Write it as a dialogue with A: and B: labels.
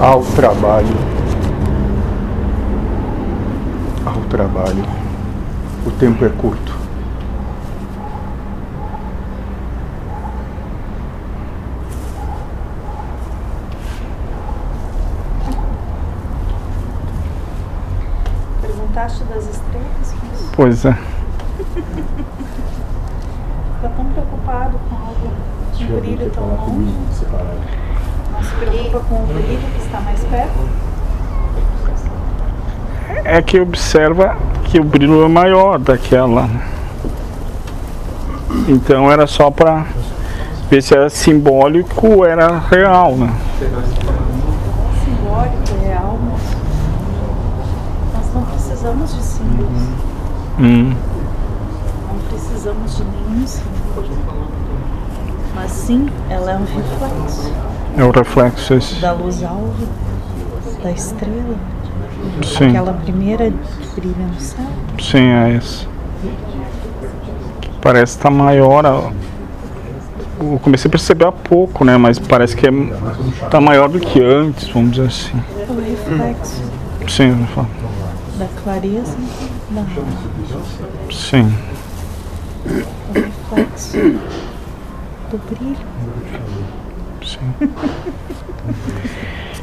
A: ao trabalho. Ao trabalho. O tempo é curto.
B: Perguntaste das estrelas? mas
A: Pois é.
B: Fica Tá tão preocupado com algo de um brilho tão longe. Não se preocupa com o brilho que está mais perto.
C: é que observa que o brilho é maior daquela. né? Então era só para ver se era simbólico ou era real, né?
B: Simbólico, é alma. Nós não precisamos de símbolos.
C: Hum.
B: Não precisamos de nenhum símbolo. Mas sim, ela é um reflexo
C: É o reflexo esse.
B: da luz alva, da estrela,
C: Sim,
B: aquela primeira que brilha no céu.
C: sim, é esse. Parece estar maior. a- Eu comecei a perceber há pouco, né? Mas parece que é, tá maior do que antes, vamos dizer assim.
B: É o reflexo
C: Sim, eu vou falar.
B: da clareza, é da
C: sim,
B: um reflexo do brilho.
C: sim.